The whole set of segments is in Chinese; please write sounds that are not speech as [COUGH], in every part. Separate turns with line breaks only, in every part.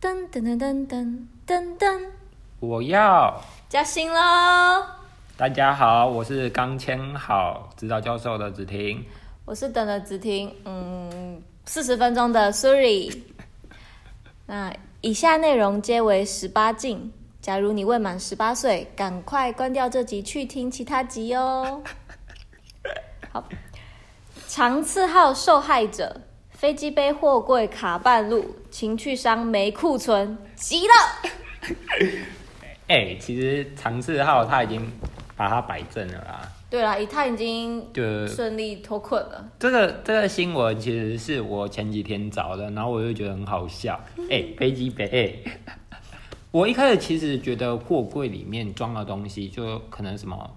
噔噔噔噔噔噔噔，
我要
加薪喽！
大家好，我是刚签好指导教授的子婷。
我是等了只听嗯四十分钟的 Suri。那以下内容皆为十八禁，假如你未满十八岁，赶快关掉这集去听其他集哦。好，长次号受害者，飞机杯货柜卡半路，情趣商没库存，急了。
哎、其实长次号他已经把它摆正了啦。
对啦，以他已经
就
顺利脱困了。
这个这个新闻其实是我前几天找的，然后我就觉得很好笑。哎、飞机杯，哎、我一开始其实觉得货柜里面装的东西，就可能什么，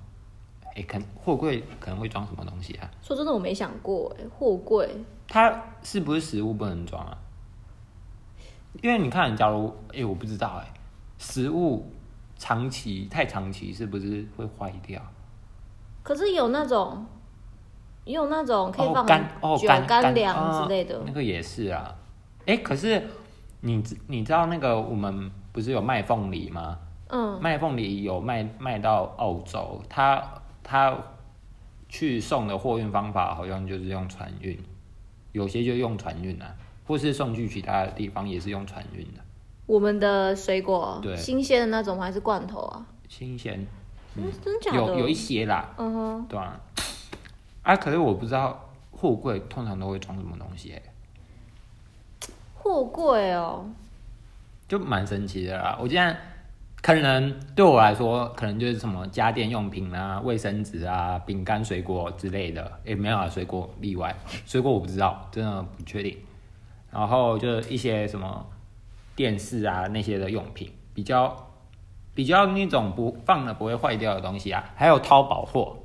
哎、可能货柜可能会装什么东西啊？
说真的，我没想过、欸，货柜
它是不是食物不能装啊？因为你看，假如哎、诶我不知道哎、食物长期太长期是不是会坏掉？
可是有那种，也有那种可以
哦
放
干哦
酒、
干
干
干
粮
啊
之类的。
那个也是啊。哎、可是你知你知道那个我们不是有卖凤梨吗？
嗯，
卖凤梨有卖卖到澳洲，他他去送的货运方法好像就是用船运，有些就用船运啊，或是送去其他的地方也是用船运的。
我们的水果
对
新鲜的那种吗？还是罐头啊？
新鲜，
嗯，真假的？
有有一些啦，
嗯哼，
对啊。啊，可是我不知道货柜通常都会装什么东西、欸，
货柜哦，
就蛮神奇的啦。我竟然可能对我来说，可能就是什么家电用品啊、卫生纸啊、饼干、水果之类的，也、没有啊，水果例外，水果我不知道，真的不确定。然后就是一些什么电视啊那些的用品，比较比较那种不放了不会坏掉的东西啊，还有淘宝货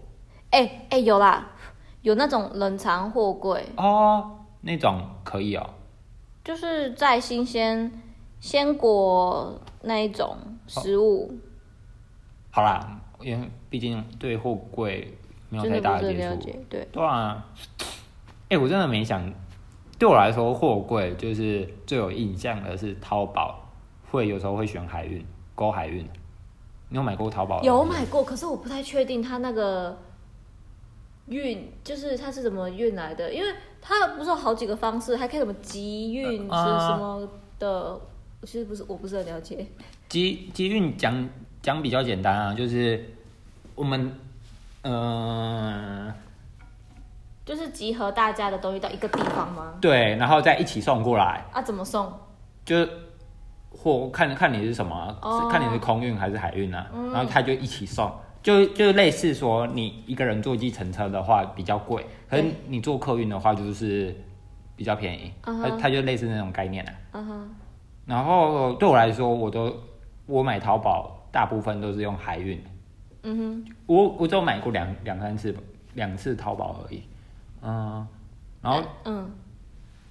哎、哎、有啦，有那种冷藏货柜，
哦，那种可以哦。
就是在新鲜鲜果那一种食物，
哦好啦，因为毕竟对货柜没有
真
太
的
大
不是
的
很
接
了
触。
解。对，
对啊，哎、我真的没想，对我来说，货柜就是最有印象的是淘宝，会有时候会选海运，勾海运。你有买过淘宝？
有。买过，可是我不太确定它那个运，就是它是怎么运来的，因为它不是有好几个方式，还可以什么集运是
呃啊
什么的，我其实不是我不是很了解。
集集运讲讲比较简单啊，就是我们，嗯、
就是集合大家的东西到一个地方吗？
对，然后再一起送过来，
啊，怎么送？
就是货看看你是什么啊，
哦嗯
看你是空运还是海运啊，然后他就一起送，就就类似说你一个人坐计程车的话比较贵，可是
对
你坐客运的话就是比较便宜，
嗯
它
哼
它就类似那种概念啊。
啊哈，
然后对我来说，我都我买淘宝大部分都是用海运，
嗯哼，
我我只有买过两两三次吧两次淘宝而已，嗯，然后
嗯，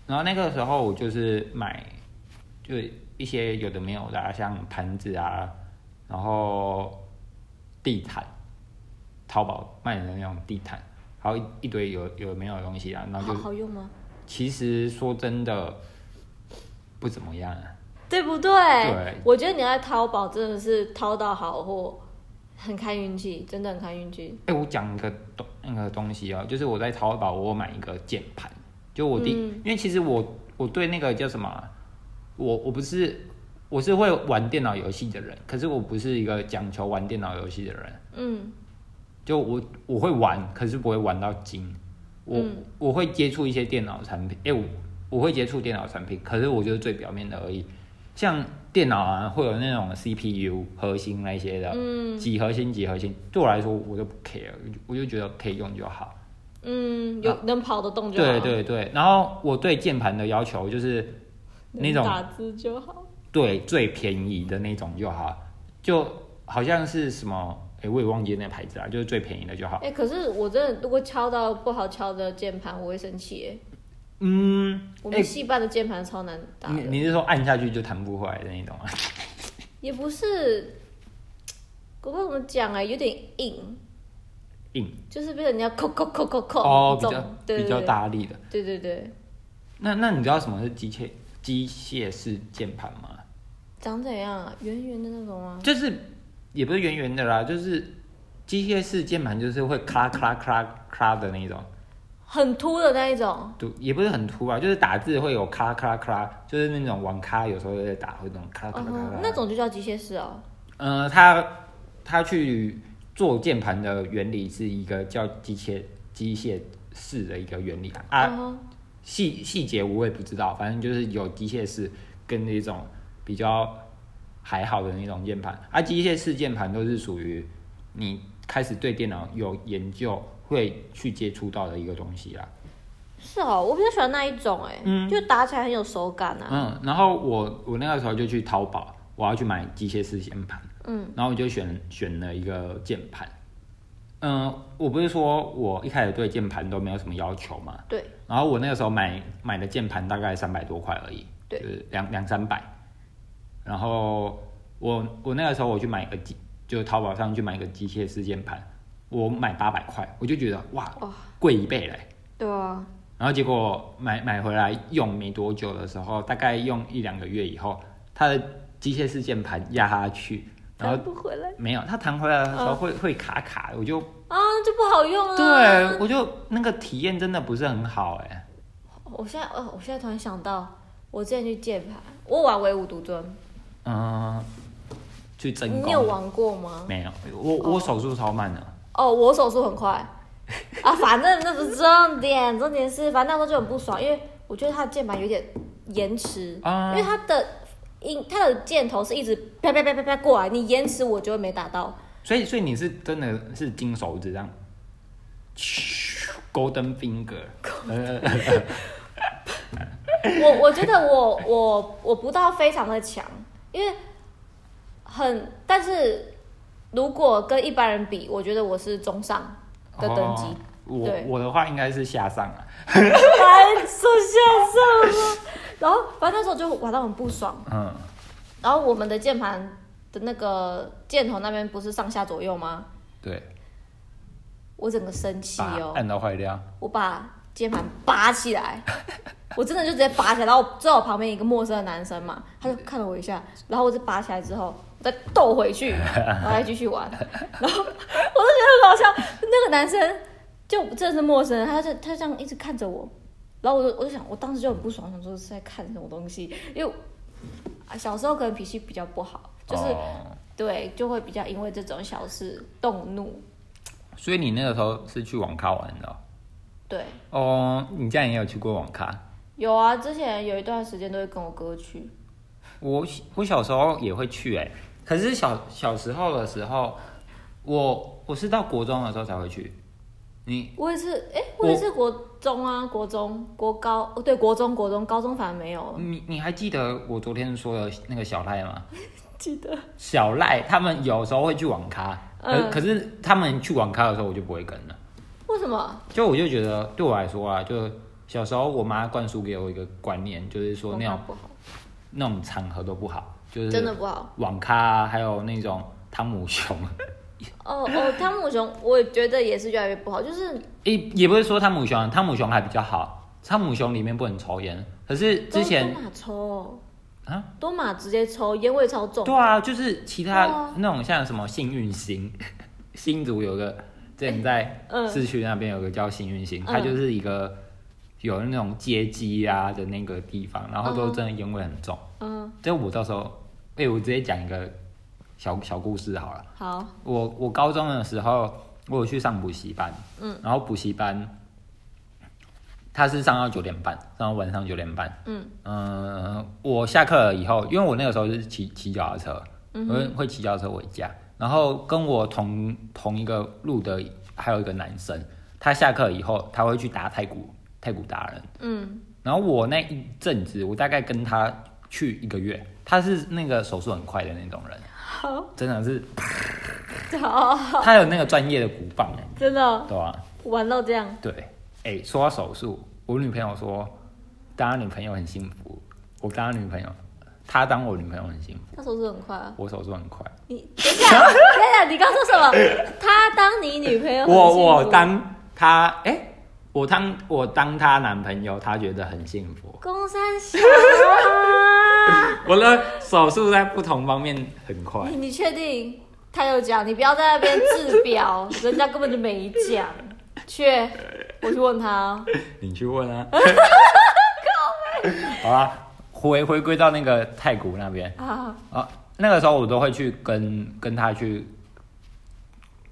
然后那个时候我就是买，就一些有的没有的、啊，像盘子啊，然后地毯，淘宝卖的那种地毯，还有一一堆有有的没有的东西啊。然后
好
就
好用吗？
其实说真的不怎么样啊。
对不对？
对
我觉得你在淘宝真的是淘到好货，很看运气，真的很看运气。
哎、我讲一个东那个东西哦，就是我在淘宝我有买一个键盘，就我第、
嗯
因为其实我我对那个叫什么啊，我我不是我是会玩电脑游戏的人，可是我不是一个讲求玩电脑游戏的人，
嗯，
就我我会玩，可是不会玩到精，我、我会接触一些电脑产品，哎、我我会接触电脑产品，可是我就是最表面的而已，像电脑啊会有那种 CPU 核心那些的，
嗯
几核心几核心，对我来说我都不 care，我就我就觉得可以用就好。
嗯，有能跑得动就好。
啊对对对，然后我对键盘的要求就是那种
打字就好。
对最便宜的那种就好，就好像是什么，哎，我也忘记那牌子啊，就是最便宜的就好。
哎、可是我真的如果敲到不好敲的键盘，我会生气耶。
嗯，
我
哎
们戏班的键盘超难打
你
的，
你是说按下去就弹不回来的那种啊？
也不是，我不知道怎么讲啊，有点硬，
[LAUGHS] 硬
就是被人家扣扣扣扣扣，
哦，比
重
较
对
比较，大力的。
对对对对对，
那那你知道什么是机械机械式键盘吗？
长怎样啊？圆圆的那种吗？
就是也不是圆圆的啦，就是机械式键盘就是会咔啦咔啦咔啦咔啦的那一种，
很凸的那一种。
就也不是很突啊，就是打字会有咔啦咔啦咔啦，就是那种网咖有时候会打会那种咔啦咔
哦
啦咔啦、
那种就叫机械式哦。
呃，他他去做键盘的原理是一个叫机械机械式的一个原理啊，啊
哦
细细节我也不知道，反正就是有机械式跟那种比较还好的那种键盘，啊，机械式键盘都是属于你开始对电脑有研究会去接触到的一个东西啦。
是哦，我比较喜欢那一种哎、
嗯
就打起来很有手感啊。
嗯，然后我我那个时候就去淘宝，我要去买机械式键盘，
嗯，
然后我就选选了一个键盘。嗯，我不是说我一开始对键盘都没有什么要求嘛，
对，
然后我那个时候买买的键盘大概三百多块而已，
对
就是两两三百。然后我我那个时候我去买一个机，就淘宝上去买一个机械式键盘，我买八百块，我就觉得哇
哇，
贵一倍嘞、
对啊，
然后结果买买回来用没多久的时候，大概用一两个月以后，它的机械式键盘压下去，然
弹
后
不回来哦
没有它弹回来的时候
嗯
会、会卡卡，我就
啊，就不好用了。
对我就那个体验真的不是很好哎、
我现在呃，我现在突然想到，我之前去键盘，我玩唯舞独尊，
嗯，去真
你
功
有玩哦过吗？
没有？我我手速超慢的，
哦，我手速很快啊，反正那不是重点，重点是反正那时候就很不爽，因为我觉得它的键盘有点延迟，
啊
因为它的音它的箭头是一直啪啪啪啪啪过来，你延迟我就会没打到。
所以所以你是真的是金手指这样咻，Golden Finger，呃
我我觉得我我我不到非常的强，因为很，但是如果跟一般人比，我觉得我是中上的等级。
哦我
对
我的话应该是下上啊，
[LAUGHS] 还出现什么？然后反正那时候就玩到很不爽。
嗯，
然后我们的键盘的那个箭头那边不是上下左右吗？
对，
我整个生气
把
哦，
按到坏掉，
我把键盘拔起来， [LAUGHS] 我真的就直接拔起来。然后坐在我旁边一个陌生的男生嘛，他就看了我一下，然后我就拔起来之后，我再斗回去，然后再继续玩。 [LAUGHS] 然后我就觉得很好笑，那个男生就真的是陌生人，他就他就这样一直看着我，然后我就我就想，我当时就很不爽，想说是在看什么东西，因为啊小时候可能脾气比较不好，就是、
哦
对就会比较因为这种小事动怒，
所以你那个时候是去网咖玩的哦
对。
哦，你家人也有去过网咖？
有啊，之前有一段时间都会跟我哥去，
我我小时候也会去哎、可是小小时候的时候，我我是到国中的时候才会去。你
我也是，哎、我也是国中啊，国中、国高，哦，对，国中、国中、高中反而没有了，
你你还记得我昨天说的那个小赖吗？
记得。
小赖他们有时候会去网咖，可、
嗯
可是他们去网咖的时候我就不会跟了。
为什么？
就我就觉得对我来说啊，就小时候我妈灌输给我一个观念，就是说
我
那
看
种
不好，
那种场合都不好，就是
真的不好。
网咖、啊、还有那种汤姆熊。 [LAUGHS]
哦哦，汤姆熊，我觉得也是越来越不好，就是
也也不是说汤姆熊，汤姆熊还比较好。汤姆熊里面不能抽烟，可是之前
多马抽哦
啊，
多马直接抽，烟味超重。
对啊，就是其
对
他
啊
那种像什么幸运星， [LAUGHS] 新竹有个之前在
嗯
市区那边有个叫幸运星，
嗯
它就是一个有那种街机啊的那个地方，然后都真的烟味很重。
嗯，
这我到时候，哎、我直接讲一个小小故事好了。
好，
我我高中的时候，我有去上补习班，嗯，然后补习班，他是上到九点半，上到晚上九点半，
嗯
嗯，我下课了以后，因为我那个时候是骑骑脚踏车，
嗯
我会会骑脚踏车回家，然后跟我同同一个路的还有一个男生，他下课以后他会去打太鼓太鼓达人，
嗯，
然后我那一阵子我大概跟他去一个月，他是那个手速很快的那种人，
好，
真的是
嗯好， [LAUGHS]
他有那个专业的鼓棒哎、
真的
对吧、
玩到这样，
对，哎、说到手术，我女朋友说当女朋友很幸福，我当女朋友，她当我女朋友很幸福，
他手速很快啊。
我手术很快，
你等一下，
[LAUGHS]
等一下，你刚说什么？他当你女朋友很
我
幸
我
福
当她，哎、我当我当她男朋友，她觉得很幸福，
公山小。
我的手手速在不同方面很 [LAUGHS] 快
你。你确定？他有讲，你不要在那边自表，人家根本就没讲。去，我去问他。
你去问啊。 [LAUGHS] 好啦，回回归到那个太古那边
啊，
啊，那个时候我都会去跟跟他去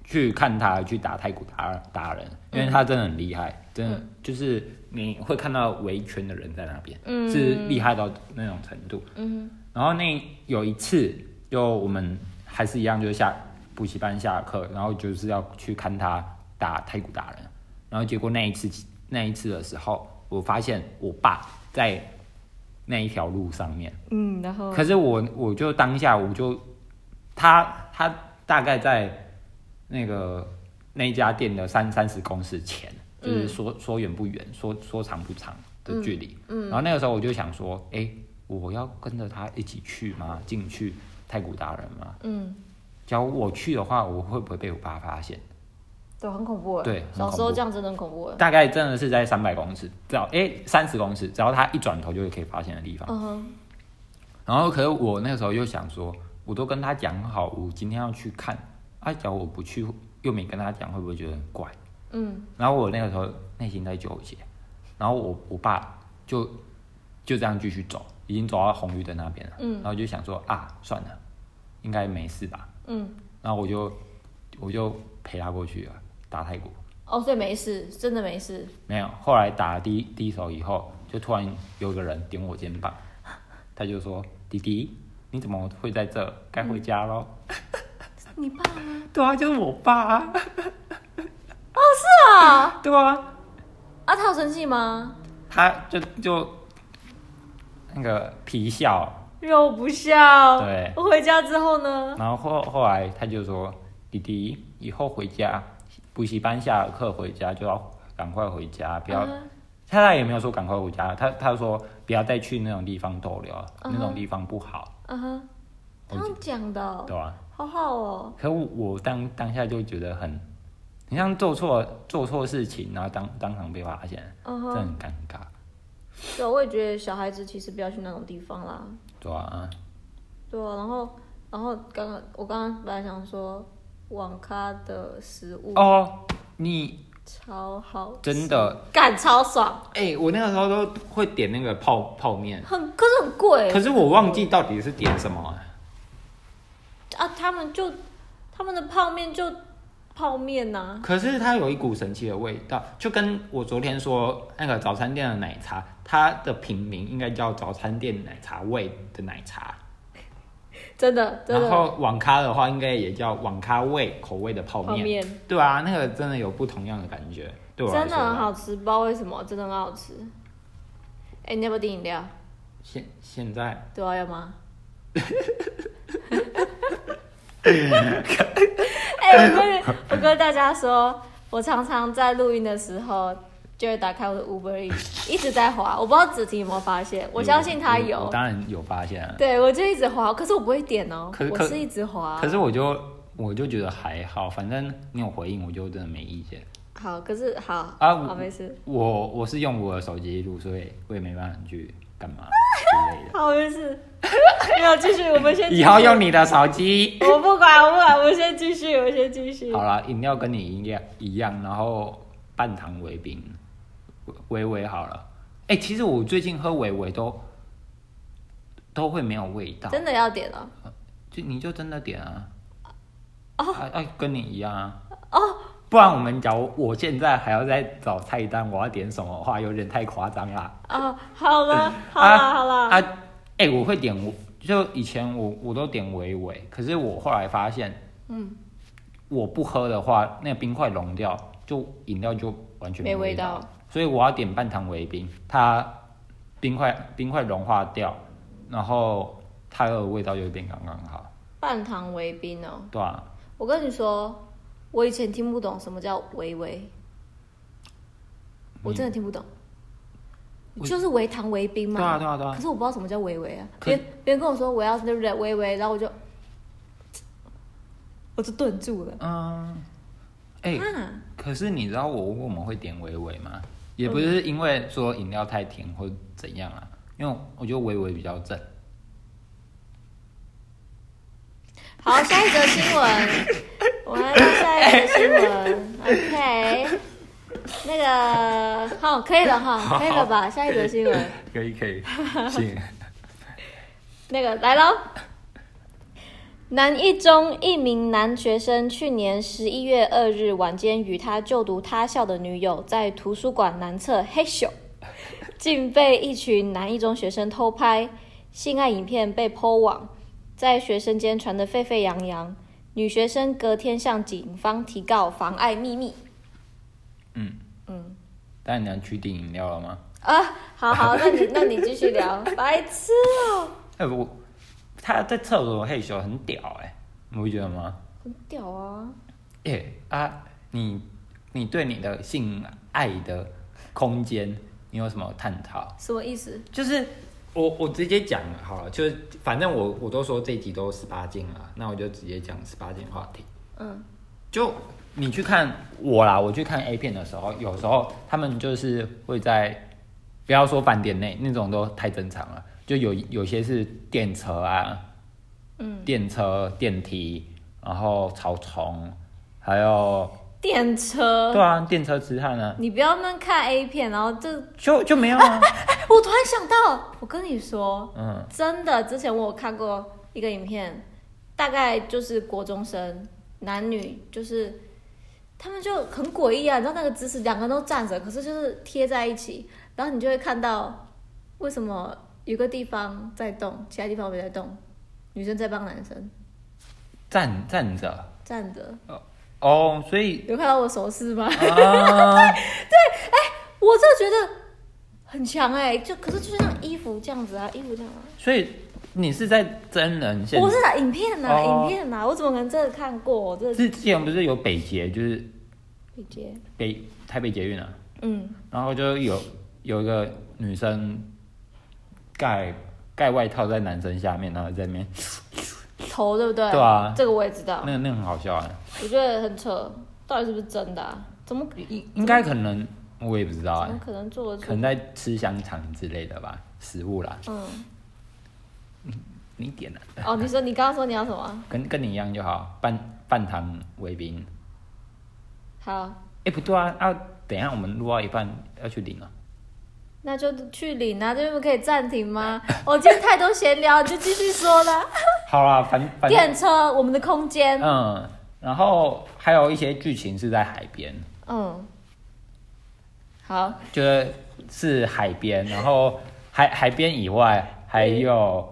去看他去打太古打打人，因
嗯
为他真的很厉害，真的、就是你会看到围一圈的人在那边，
嗯
是厉害到那种程度。
嗯
然后那有一次，就我们还是一样，就是下补习班下课，然后就是要去看他打太古达人，然后结果那一次那一次的时候，我发现我爸在那一条路上面，
嗯，然后
可是我我就当下我就他他大概在那个那一家店的三三十公尺前，
嗯
就是说、说远不远，说说长不长的距离、
嗯
然后那个时候我就想说，哎、我要跟着他一起去吗？进去太古达人吗？
嗯，
假如我去的话，我会不会被我爸发现？
对，很恐怖哎。
对很
小时
恐
候
怖
这样真的很恐怖哎。
大概真的是在三百公尺，只要哎三十公尺，只要他一转头就可以发现的地方。
嗯哼，
然后，可是我那时候又想说，我都跟他讲好，我今天要去看，啊，假如我不去，又没跟他讲，会不会觉得很怪？
嗯
然后我那个时候内心在纠结，然后我我爸就就这样继续走，已经走到红绿灯那边了，
嗯
然后就想说啊，算了，应该没事吧，
嗯，
然后我就我就陪他过去了，打泰国，
哦，所以没事，真的没事。
没有，后来打了第一第一手以后，就突然有个人点我肩膀，他就说：“弟弟，你怎么会在这？该回家喽。
[LAUGHS] 你爸吗？
对啊，就是我爸啊。
哦，是啊。
对啊，
啊，他有生气吗？
他就就那个皮笑，
肉不笑。
对
我回家之后呢？
然后后后来他就说：“弟弟，以后回家，补习班下了课回家就要赶快回家，不要。
嗯
他他也没有说赶快回家，他他说不要再去那种地方逗留，那
嗯
种地方不好，
嗯哼，他们讲的哦，
对吧、
好好哦。
可我我当当下就觉得很，你像做错做错事情，然后当当场被发现，
嗯
这
哼，
很尴尬，
对，我也觉得小孩子其实不要去那种地方啦。
对啊，
对啊，然后然后刚刚我刚刚本来想说网咖的食物
哦，你
超好，
真的，
干超爽，
哎、我那个时候都会点那个泡泡面，
很可是很贵
可是我忘记到底是点什么了。
啊，他们就他们的泡面就泡面呐、
可是它有一股神奇的味道，就跟我昨天说那个早餐店的奶茶，它的品名应该叫早餐店奶茶味的奶茶，
真的真
然
的
后网咖的话应该也叫网咖味口味的泡
泡
面。
面
对啊，那个真的有不同样的感觉，对我来
真
说。啊
的很好吃，不知道为什么真的很好吃。哎、你要不要订饮料？
现现在
对啊，要
[LAUGHS]
吗？哎、我跟我跟大家说，我常常在录音的时候就会打开我的 Uber Eats，一直在滑。我不知道子婷有没有发现，我相信她
我
有。嗯
当然有发现啊。
对，我就一直滑，可是我不会点哦、
可
我
可
是一直滑
可。是我就我就觉得还好，反正你有回应，我就真的没意见。
好，可是好
啊
好
我
没事，
我我是用我的手机录，所以我也没办法去干嘛之
[LAUGHS]
类的。
好没事，没有继续，我们先继续
以后用你的手机。
我不管，我不管，我先继续，我先继续。
好啦，饮料跟你一样一样，然后半糖维冰，维维好了。哎、其实我最近喝维维都都会没有味道，
真的要点哦、
就你就真的点啊，啊啊，跟你一样啊，不然我们假如我现在还要再找菜单，我要点什么的话，有点太夸张啦。
哦， [LAUGHS] 好
[LAUGHS]
了，好了，
啊
好了。
啊，哎、我会点我，就以前我我都点维维，可是我后来发现，
嗯，
我不喝的话，那个冰块融掉，就饮料就完全
没味
味
道
所以我要点半糖维冰，它冰块冰块融化掉，然后它的味道就会变刚刚好，
半糖微冰哦。
对吧、啊
我跟你说，我以前听不懂什么叫微微，我真的听不懂。就是微糖微冰嘛。
对啊对啊对啊
可是我不知道什么叫微微啊。
可
别别人跟我说我要对不对微微，然后我就，我就顿住了。
嗯，哎、
啊，
可是你知道我为什么会点维维吗？也不是因为说饮料太甜或怎样啊，因为我觉得维维比较正。
好，下一则新
[LAUGHS]
闻，我们来到下一则新闻。OK，那个好，可以了哈，可以了吧？下一则新闻，
可以 [LAUGHS] 可以，行。
那个来喽。南一中一名男学生去年十一月二日晚间与他就读他校的女友在图书馆南侧嘿咻，竟被一群南一中学生偷拍，性爱影片被抛网，在学生间传得沸沸扬扬。女学生隔天向警方提告妨碍秘密。
嗯，
嗯
但你要去订饮料了吗？
啊，好好，那你那你继续 [LAUGHS] 聊，白痴哦、
哎、我他在厕所嘿咻很屌哎、你不觉得吗？
很屌啊！
哎、啊，你你对你的性爱的空间，你有什么探讨？
什么意思？
就是我我直接讲好了，就是反正我我都说这一集都十八禁了，那我就直接讲十八禁话题。
嗯，
就你去看我啦，我去看 A 片的时候，有时候他们就是会在，不要说饭店内那种都太正常了，就有有些是电车啊，
嗯，
电车、电梯，然后草丛，还有
电车。
对啊，电车痴汉啊，
你不要们看 A 片，然后这，
就就没有啊，
我突然想到，我跟你说，
嗯，
真的，之前我有看过一个影片，大概就是国中生男女，就是他们就很诡异啊，你知道那个姿势，两个人都站着，可是就是贴在一起，然后你就会看到为什么有个地方在动，其他地方没在动，女生在帮男生
站站着
站着，
哦，所以
有看到我手势吗？
啊。
我真的觉得很强哎、就可是就是像衣服这样子啊，衣服这样啊。
所以你是在真人现
我是啊打影片呐、
哦
影片呐、我怎么可能真的看过？我这
之前不是有北捷，就是
李杰，
北台北捷运啊，
嗯，
然后就有有一个女生盖盖外套在男生下面，然后在那边，
头对不对？
对啊
这个我也知道
那，个那个很好笑啊，
我觉得很扯，到底是不是真的、啊？怎么
应应该可能我也不知道
怎
啊
么，可能做得
可
出
能？在吃香肠之类的吧，食物啦，
嗯，
你点了、啊，
哦，你说你刚刚说你要什么？啊
跟跟你一样就好，半半糖维冰，
好，
哎、不对啊，啊，等一下我们录到一半要去领了、啊
那就去领啊，这边不可以暂停
[LAUGHS]
吗？我今天太多闲聊，你就继续说啦。
好啦，反反正。
电车，我们的空间，
嗯，然后还有一些剧情是在海边，
嗯，好，
就是是海边，然后海海边以外还有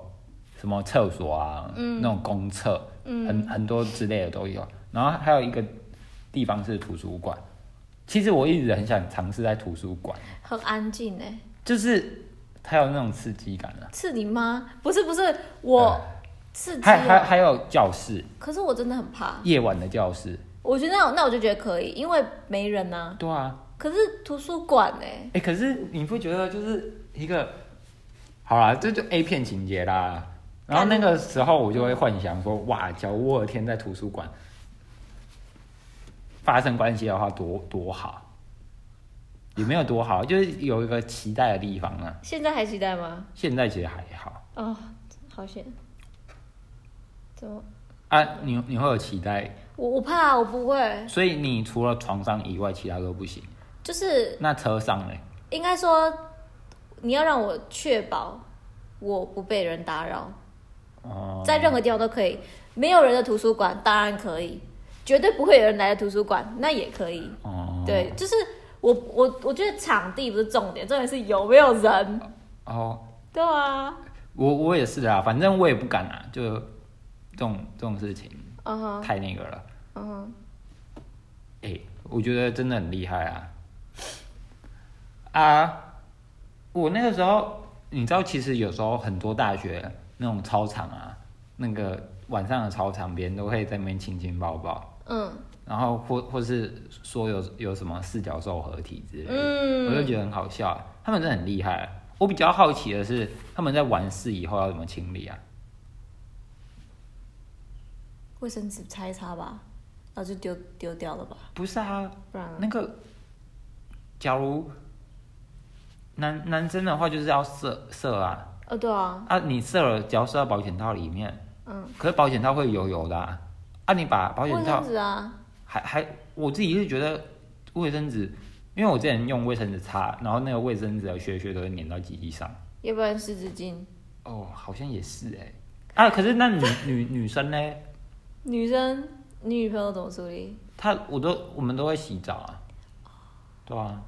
什么厕所啊，那种公厕，很很多之类的都有。然后还有一个地方是图书馆，其实我一直很想尝试在图书馆，
很安静哎、
就是它有那种刺激感啊。嗯
是你妈？不是不是，我刺激
呃还还
啊！
还有教室，
可是我真的很怕。
夜晚的教室，
我觉得那那我就觉得可以，因为没人呐、
对啊，
可是图书馆欸呢、
哎、可是你不觉得就是一个，好啦，这就 A 片情节啦。然后那个时候我就会幻想说，哇，假如我有一天在图书馆发生关系的话多，多好。也没有多好，就是有一个期待的地方啊。
现在还期待吗？
现在其实还好
哦，好险！怎么？
啊，你你会有期待，
我我怕，啊我不会，
所以你除了床上以外，其他都不行。
就是
那车上嘞，
应该说，你要让我确保我不被人打扰，
哦、
在任何地方都可以。没有人的图书馆当然可以，绝对不会有人来的图书馆那也可以。
哦，
对，就是我我我觉得场地不是重点，重点是有没有人。
哦，
对啊，
我我也是啊，反正我也不敢啊，就这种这种事情
嗯哼，
太那个了。
嗯哼。
哎、我觉得真的很厉害啊！啊，我那个时候，你知道，其实有时候很多大学那种操场啊，那个晚上的操场边都会在那边亲亲抱抱，
嗯
然后或或是说有有什么四角兽合体之类的，我就
嗯，
觉得很好笑、啊。他们真的很厉害啊、我比较好奇的是，他们在完事以后要怎么清理啊？
卫生纸擦一擦吧，然后就丢丢掉了吧，
不是啊，
不然
那个，假如男男生的话，就是要射射啊
呃、对啊，
啊！你射了，只要射到保险套里面，
嗯，
可是保险套会油油的啊，啊你把保
卫
险套
生纸啊，
还还，我自己是觉得卫生纸，因为我之前用卫生纸擦，然后那个卫生纸的屑屑都会粘到机器上。
要不然湿纸巾。
哦，好像也是哎、啊，可是那女 [COUGHS] 女女生呢？
女生，你女朋友怎么处理？
她我都我们都会洗澡啊，对啊，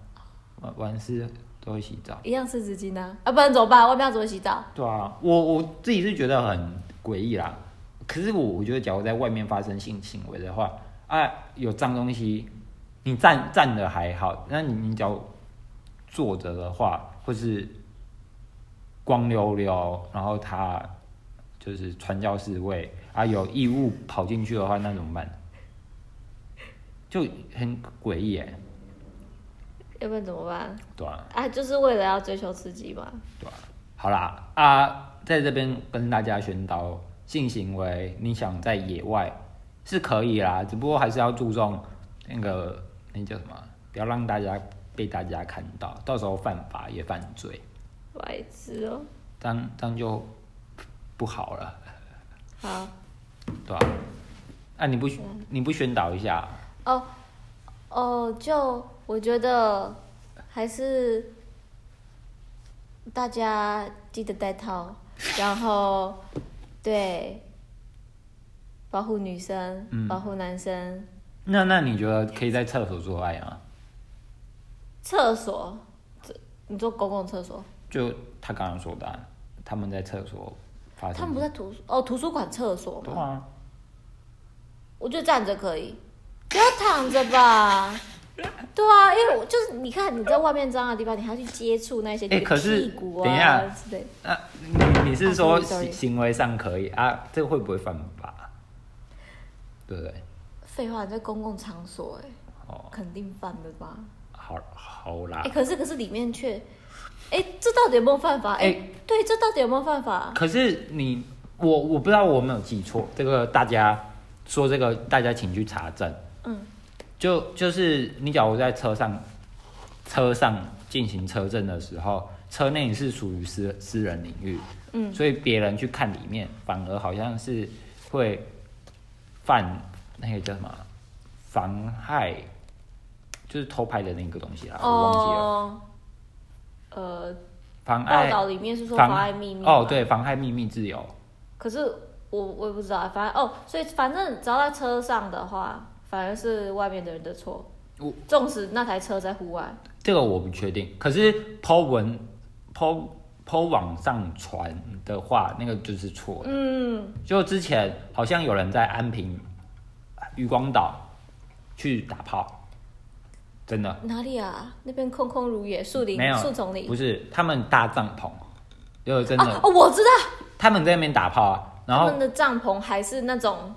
完完事都会洗澡。
一样湿纸巾啊，啊，不然怎么办？外面要怎么洗澡？
对啊，我我自己是觉得很诡异啦。可是我我觉得，假如在外面发生性行为的话，啊，有脏东西，你站站的还好，那你你只要坐着的话，或是光溜溜，然后它就是传教士味啊，有异物跑进去的话，那怎么办？就很诡异哎，
要不然怎么办？
对啊。
啊，就是为了要追求刺激嘛。
对啊好啦啊，在这边跟大家宣导，性行为你想在野外是可以啦，只不过还是要注重那个那叫什么，啊不要让大家被大家看到，到时候犯法也犯罪，
白痴哦、
这样这样就不好了，
好
对吧、啊？你不你不宣导一下，
哦哦，就我觉得还是大家记得戴套，然后对保护女生，
嗯
保护男生，
那那你觉得可以在厕所做爱吗？
厕所，这你说公共厕所，
就他刚刚说的啊、他们在厕所发生，
他们不在图书哦图书馆厕所
对
吗？
啊，
我觉得站着可以，不要躺着吧。对啊，因为我就是你看你在外面脏的地方，你还要去接触那些
哎可是
屁股
等一
啊
下
之类的。
那、你你是
啊
说
，sorry，sorry
行行为上可以啊？这会不会犯法？对不对？
废话，你在公共场所、哎，
哦，啊
肯定犯的吧？
好好啦
哎、。可是可是里面却，哎、这到底有没有犯法？哎、
哎
对，这到底有没有犯法？
可是你我我不知道我有没有记错，这个大家说这个大家请去查证。
嗯，
就就是你假如在车上车上进行车震的时候，车内是属于私私人领域，
嗯
所以别人去看里面，反而好像是会犯那个叫什么妨害，就是偷拍的那个东西啦，啊我忘记了，
哦，呃，
妨
报
碍
道里面是说妨碍秘密
哦
嘛，
对，妨害秘密自由，
可是我我也不知道，反正哦，所以反正只要在车上的话，反而是外面的人的错
我。哦
纵使那台车在户外，
这个我不确定。可是 Po 文 Po Po 网上传的话，那个就是错的。
嗯，
就之前好像有人在安平渔光岛去打炮，真的
哪里啊？那边空空如也，树林
没有、
树丛里
不是他们搭帐篷，就真的、
啊！哦，我知道，
他们在那边打炮啊，然
他
后
们的帐篷还是那种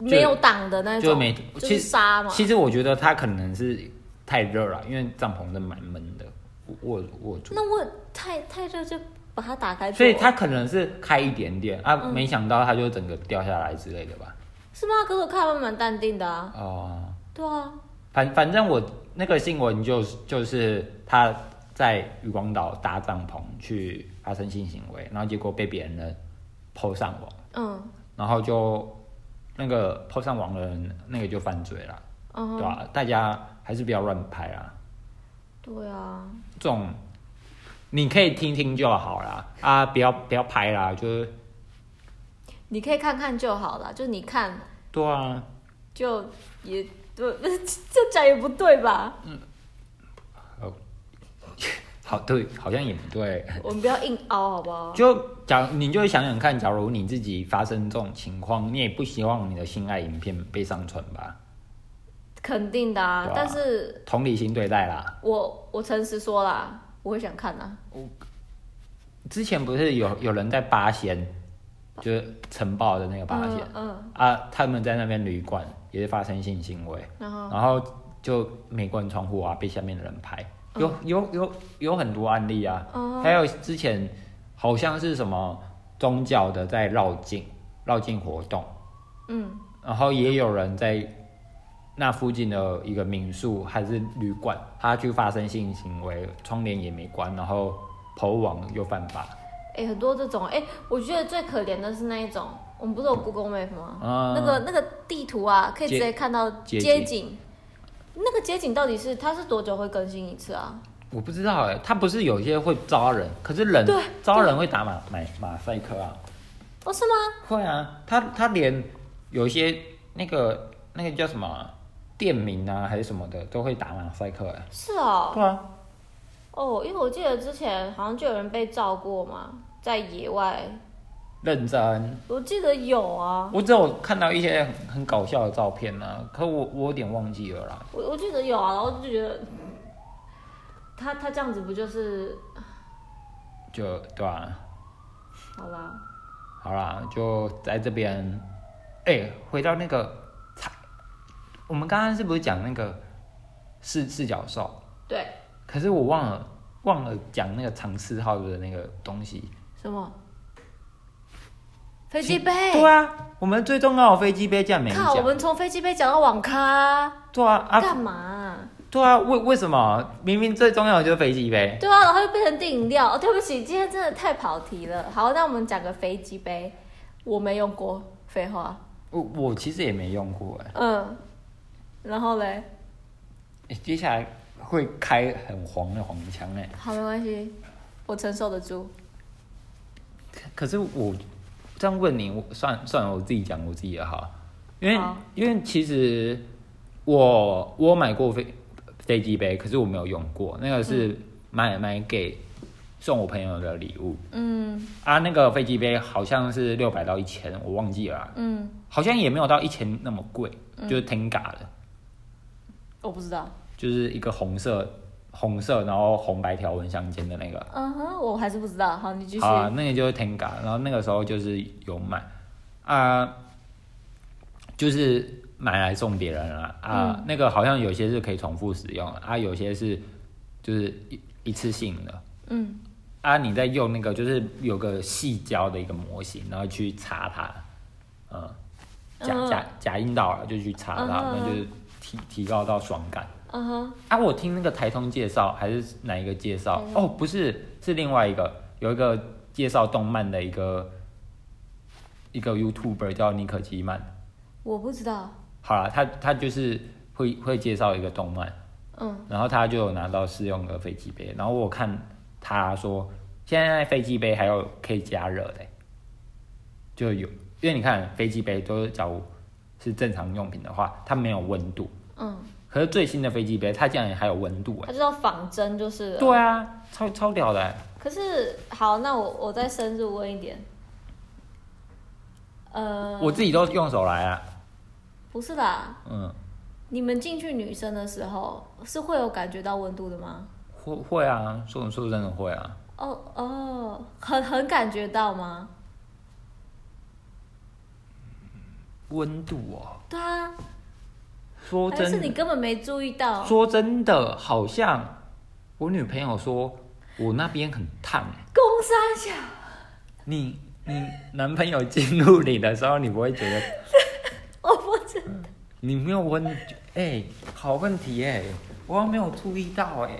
就
没有挡的那种，
就没
就
其
是
实
沙嘛。
其实我觉得他可能是太热了，因为帐篷真的蛮闷的，我我我住。
那我太太热就把它打开做，
所以他可能是开一点点啊，
嗯
没想到他就整个掉下来之类的吧。
是吗？可是我看他们蛮淡定的啊，
哦、
对啊，
反反正我那个新闻就是就是他在渔光岛搭帐篷去发生性行为，然后结果被别人的抛上网，
嗯
然后就那个抛上网的人那个就犯罪了，
嗯
对
哼，
吧、大家还是不要乱拍啦，
对啊，
这种你可以听听就好啦，啊，不要不要拍啦，就是
你可以看看就好了，就你看
对啊，
就也对， [LAUGHS] 这讲也不对吧？
好对，好像也不对。
我们不要硬凹好不好？
就假你就想想看，假如你自己发生这种情况，你也不希望你的性爱影片被上传吧？
肯定的啊
对啊，
但是
同理心对待啦。
我我诚实说啦，我会想看啊，
之前不是有有人在八仙，就是晨报的那个八仙、
嗯嗯，
啊，他们在那边旅馆也是发生性行为，
然后
然后就没关窗户啊，被下面的人拍，有有有有很多案例啊。
哦
还有之前好像是什么宗教的在绕境绕境活动。
嗯
然后也有人在那附近的一个民宿还是旅馆，他去发生性行为，窗帘也没关，然后跑网又犯法。
哎、哎、很多这种哎、我觉得最可怜的是那一种，我们不是有 Google Map 吗？
嗯
那个那个地图啊，可以直接看到
街
街景。那个街景到底是它是多久会更新一次啊？
我不知道哎、它不是有些会招人，可是人
对
招人会打马马马赛克啊，
哦，是吗？
会啊，他他连有一些那个那个叫什么啊、店名啊还是什么的都会打马赛克哎、
是哦。
对啊，
哦，因为我记得之前好像就有人被照过嘛，在野外，
认真，
我记得有啊，
我只有看到一些很很搞笑的照片啊，可我我有点忘记了啦。
我我记得有啊，然后就觉得他他这样子不就是
就对吧、
好啦？
好啦，就在这边。哎、回到那个，菜我们刚刚是不是讲那个四四角兽？
对，
可是我忘了忘了讲那个长四号的那个东西。
什么？飞机杯？
对啊，我们最重要的飞机杯竟然没
靠，我
讲。
们从飞机杯讲到网咖，
对啊啊，
干嘛啊、
对啊，为为什么明明最重要的就是飞机杯？
对啊，然后又变成订饮料。哦，对不起，今天真的太跑题了。好，那我们讲个飞机杯，我没用过，废话。
我我其实也没用过哎、
嗯，然后嘞，
哎接下来会开很黄的黄腔哎、
好，没关系，我承受得住。
可是我这样问你，我算算了我自己讲我自己的哈，因为
好
因为其实我我有买过飞飞机杯，可是我没有用过，那个是买买给送我朋友的礼物
嗯
啊。那个飞机杯好像是六百到一千，我忘记了啊、
嗯，
好像也没有到一千那么贵，就是 Tenga 的，
我不知道。
就是一个红色红色然后红白条纹相间的那个。
嗯哼，我还是不知道。好，你继续。
好啊，那个就是 Tenga，然后那个时候就是有买啊，就是买来送别人啊啊，那个好像有些是可以重复使用的啊，有些是就是一一次性的
嗯，
啊，你在用那个就是有个细胶的一个模型，然后去擦它，嗯，假假假阴道啊，就去擦它，
嗯嗯嗯
那就是提提高到爽感。
嗯哼，
啊，我听那个台通介绍还是哪一个介绍
台？
哦，不是，是另外一个，有一个介绍动漫的一个一个 YouTuber 叫尼可基曼。
我不知道。
好了，他他就是会会介绍一个动漫，
嗯
然后他就有拿到试用的飞机杯，然后我看他说现在飞机杯还有可以加热的欸、就有，因为你看飞机杯都是假如是正常用品的话，它没有温度，
嗯，
可是最新的飞机杯它竟然还有温度哎、
它就叫仿真，就是了。
对啊，超超屌的欸、
可是好，那我我再深入问一点，呃，
我自己都用手来啊。
不是啦，
嗯，
你们进去女生的时候是会有感觉到温度的吗？
会会啊，说说真的会啊。
哦哦，很很感觉到吗？
温度哦，
对啊，
说
还哎是你
真
根本没注意到？
说真的，好像我女朋友说我那边很烫欸、
攻三小，
你你男朋友进入你的时候，你不会觉得
我不知
你没有温？哎、好问题哎、我还没有注意到哎、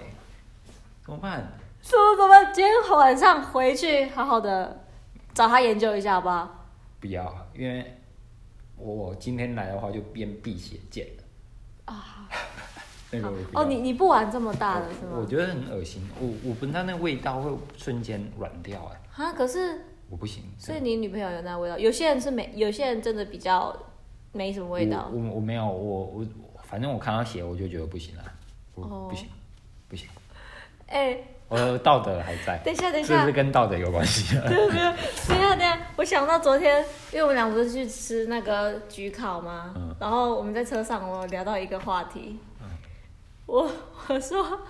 怎么办？
说怎么今天晚上回去好好的找他研究一下，好不好？
不要，因为我今天来的话就变辟邪剑了啊。那个我不要
哦，你你不玩这么大的是
我
吗？
觉得很恶心，我我不知道那个味道会瞬间软掉哎、
啊，可是
我不行。
所以
真的
你女朋友有那味道，有些人是没，有些人真的比较没什么味道
我。我我没有，我我我反正我看到血我就觉得不行了，我、
哦
不行，不行，
哎、
我的道德还在，
等一下，等一
这
下
是，跟道德有
[LAUGHS]
关系啊的。
对不对？等一下，等一下，我想到昨天，因为我们俩不是去吃那个焗烤吗？
嗯
然后我们在车上，我聊到一个话题，我我说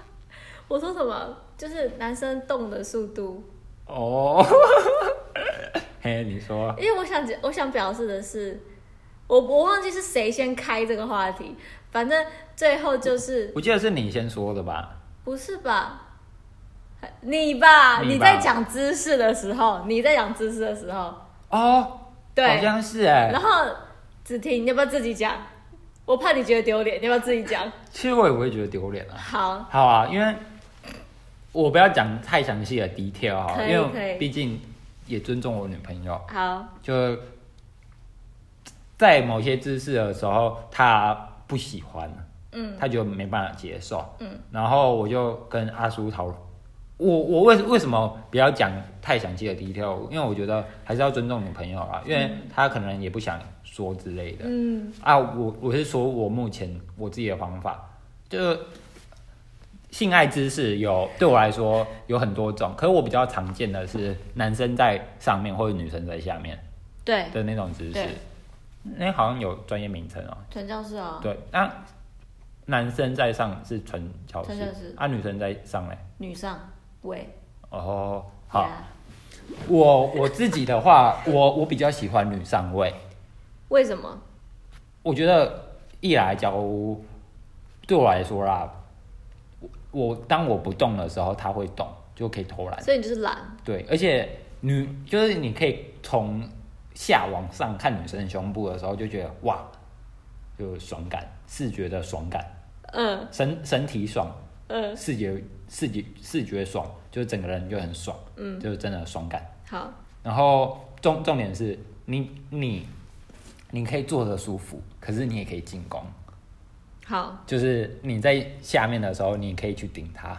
我说什么？就是男生动的速度，
哦，嘿，你说
因为我想我想表示的是，我我忘记是谁先开这个话题，反正最后就是
我记得是你先说的吧？
不是吧？你吧，
你吧
你在讲姿势的时候，你在讲姿势的时候，
哦，
对
好像是哎、
然后子婷，你要不要自己讲？我怕你觉得丢脸，你要不要自己
[LAUGHS]
讲？
其实我也不会觉得丢脸啊。
好，
好啊，因为我不要讲太详细的 detail 哈，
可以
因
可
为
以
毕竟也尊重我女朋友，
好，
就在某些姿势的时候，她不喜欢，
嗯，
她就没办法接受，
嗯，
然后我就跟阿叔讨论，我我为为什么不要讲太详细的 detail？因为我觉得还是要尊重女朋友啊啦，因为她可能也不想说之类的，
嗯
啊，我我是说我目前我自己的方法，就是性爱姿势有对我来说有很多种，可是我比较常见的是男生在上面或者女生在下面
对，
的那种姿势
对，
那好像有专业名称哦、
传教士哦，
对，那、男生在上是纯巧式
纯巧式，
啊，女生在上嘞，
女上啊位，
哦，好，
呀
我我自己的话， [LAUGHS] 我我比较喜欢女上位，
为什么？
我觉得一来假如对我来说啦，我我当我不动的时候，他会动，就可以偷懒。
所以你就是懒，
对，而且女就是你可以从下往上看女生的胸部的时候，就觉得哇，就爽感，视觉的爽感，
嗯
身身体爽，
嗯，
视觉视觉视觉爽，就是整个人就很爽，嗯，就是真的爽感。
好，
然后重重点是你你你可以坐得舒服，可是你也可以进攻。
好，
就是你在下面的时候，你可以去顶它。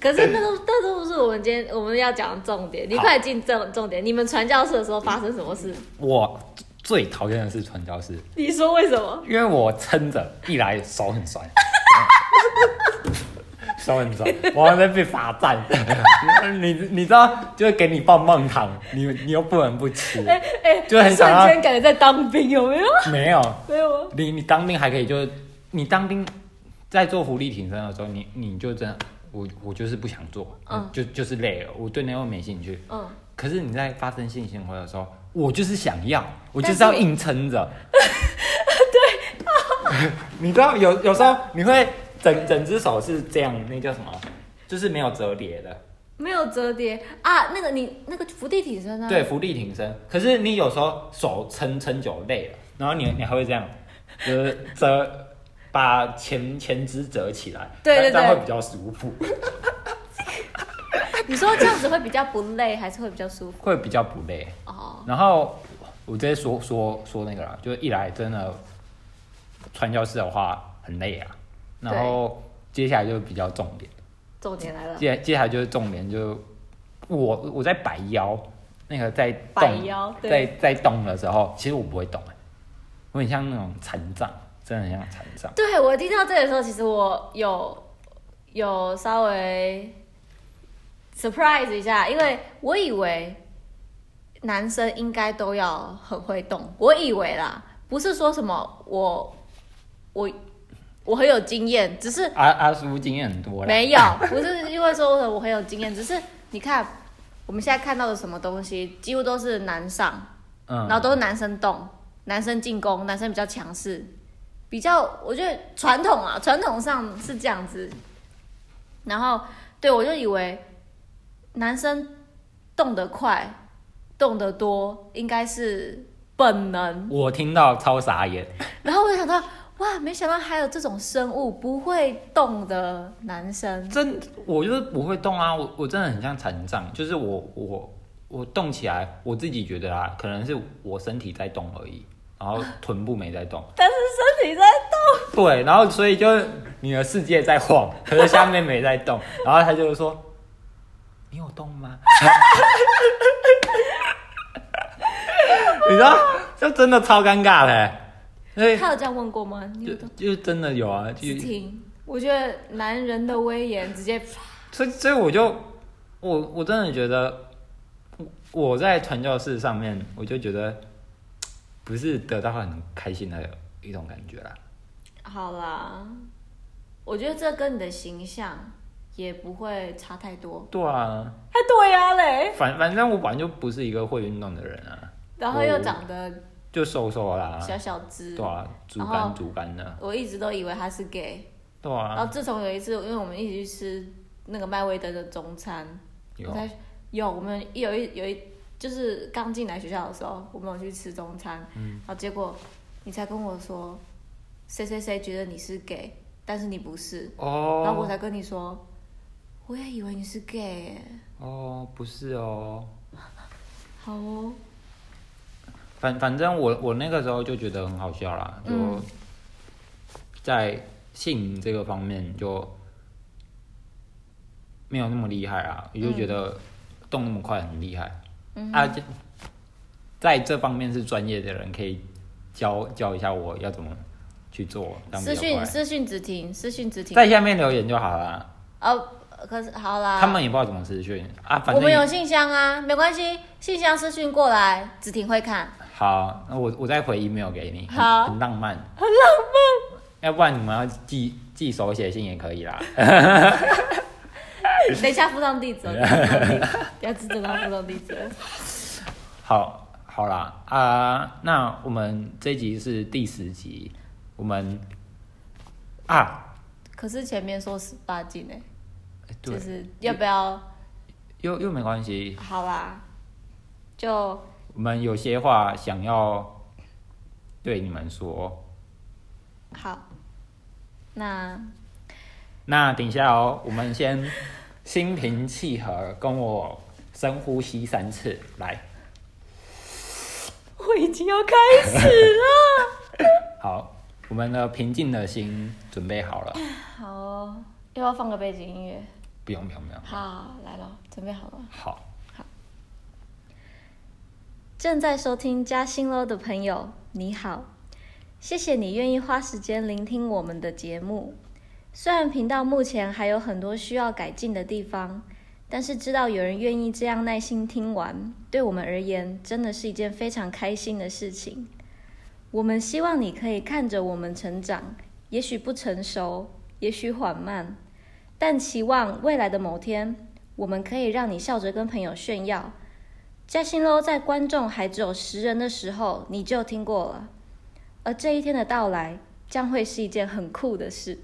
可是
[LAUGHS]
那都那都不是我们今天我们要讲的重点，你
好
快进重重点，你们传教士的时候发生什么事？
我最讨厌的是传教士，
你说为什么？
因为我撑着，一来手很酸， [LAUGHS] 手很酸，我还在被罚站。 [LAUGHS] 你你知道，就是给你棒棒糖，你你又不能不吃。
哎哎，
就很
瞬
想要
间感觉在当兵，有没有？
没有，
没有啊，
你你当兵还可以，就是你当兵在做福利挺身的时候，你你就真的，我我就是不想做，
嗯
就就是累了，我对那又没兴趣。
嗯，
可是你在发生性行为的时候，我就是想要，我就
但
是要
是
硬
[LAUGHS]
撑着。对， [LAUGHS] 你知道有有时候你会整整只手是这样，那叫什么？就是没有折叠的，
没有折叠啊，那个你那个伏地挺身啊，
对，浮力挺身。可是你有时候手撑撑久累了，然后你你还会这样，就是折。把前前肢折起来，
对对
这样
对
会比较舒服，
你说这样子会比较不累，还是会比较舒服？
会比较不累。
哦，
然后我直接说说说那个啦，就是一来真的传教士的话很累啊，
对
然后接下来就比较重点，
重点来了，
接接下来就是重点就我我在摆腰，那个在动
摆腰
在
对
在动的时候，其实我不会动、欸，我很像那种残障，真的很像残障。
对我听到这里的时候，其实我有有稍微 surprise 一下，因为我以为男生应该都要很会动，我以为啦，不是说什么我我我很有经验，只是
阿阿叔经验很多啦，
没有，不是因为说我很有经验，只是你看我们现在看到的什么东西，几乎都是男上，
嗯，
然后都是男生动，男生进攻，男生比较强势，比较我觉得传统啊，传统上是这样子。然后对我就以为男生动得快，动得多，应该是本能。
我听到超傻眼，
然后我就想到，哇，没想到还有这种生物不会动的男生。
真我就是不会动啊，我我真的很像残障，就是我我我动起来，我自己觉得啊，可能是我身体在动而已，然后臀部没在
[LAUGHS]
动，
但是身体在动，
对，然后所以就是你的世界在晃，可是下面没在动，
[LAUGHS]
然后他就说你有动吗？ [LAUGHS] 你知道，就真的超尴尬嘞、所以
他有这样问过吗？你有
就
动？
就真的有啊，就
只听，我觉得男人的威严直接
所以，所以我就我我真的觉得，我我在传教士上面，我就觉得不是得到很开心的一种感觉啦。
好啦，我觉得这跟你的形象也不会差太多。
对啊，
哎，对呀、嘞，
反反正我本来就不是一个会运动的人啊，
然后又长得
就瘦瘦啦，
小小只，
对啊，竹
然后
竿竹竿的，
我一直都以为他是 gay、
对
然
啊，
后自从有一次，因为我们一起去吃那个麦威德的中餐，
有
我才有我们有一有一就是刚进来学校的时候，我们有去吃中餐，
嗯
然后结果你才跟我说，谁谁谁觉得你是 gay，但是你不是，然后我
哦，
才跟你说，我也以为你是 gay 耶。
哦，不是哦，
好哦，
反反正我我那个时候就觉得很好笑啦，就
嗯
在性这个方面就没有那么厉害啊，我就觉得
嗯
动那么快很厉害、啊。这在这方面是专业的人可以教教一下我要怎么去做，这样比
私
较
讯
快。
私讯子婷，私讯子婷。
在下面留言就好啦，
哦，可是好啦，
他们也不知道怎么私讯啊，反
我们有
正
信箱啊，没关系，信箱私讯过来，子婷会
[LAUGHS]
看。
好，那我我再回 email 给你，很
好
很浪漫，很浪漫。要不然你们要寄寄手写信也可以啦。 [LAUGHS]
等一下附上地
[LAUGHS]
址哦，等一下附上地址不要只等到附上地址哦了。
好，好啦，啊、那我们这一集是第十集，我们啊，
可是前面说十八禁哎、
哎对
就，是要不要？
又又没关系，
好啦，就
我们有些话想要对你们说。
好。那
那等一下哦，我们先心平气和，跟我深呼吸三次，来，
[LAUGHS] 我已经要开始了。
好，我们的平静的心准备好了，
[LAUGHS] 好、哦，要不要放个背景音乐？
不用不用不用，
好，来了，准备好了。
好，
正在收听嘉兴喽的朋友，你好，谢谢你愿意花时间聆听我们的节目。虽然频道目前还有很多需要改进的地方，但是知道有人愿意这样耐心听完，对我们而言真的是一件非常开心的事情。我们希望你可以看着我们成长，也许不成熟，也许缓慢，但期望未来的某天，我们可以让你笑着跟朋友炫耀。嘉兴喽，在观众还只有十人的时候，你就听过了。而这一天的到来，将会是一件很酷的事。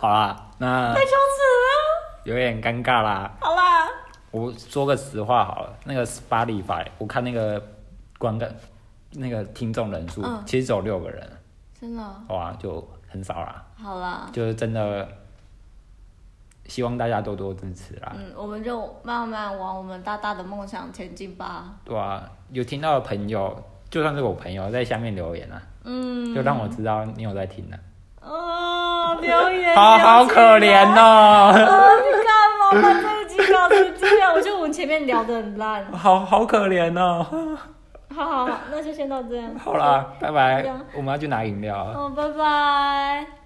好啦，那
太充实
有点尴尬啦。
了，好啦，
我说个实话好了，那个 Spotify，我看那个观看那个听众人数，
嗯
其实只有六个人，
真的
哇，就很少啦，
好啦，
就是真的希望大家多多支持啦，
嗯，我们就慢慢往我们大大的梦想前进吧。
对啊，有听到的朋友，就算是我朋友，在下面留言啊，
嗯，
就让我知道你有在听啊，
哦，留言，
好好可怜
哦。
哦，
你干嘛把这一集搞成这样？我觉得我们前面聊得很烂。
[LAUGHS] 好好可怜哦，
好好好，那就先到这样。
好啦，拜拜
这样，
我们要去拿饮料了。
哦，拜拜。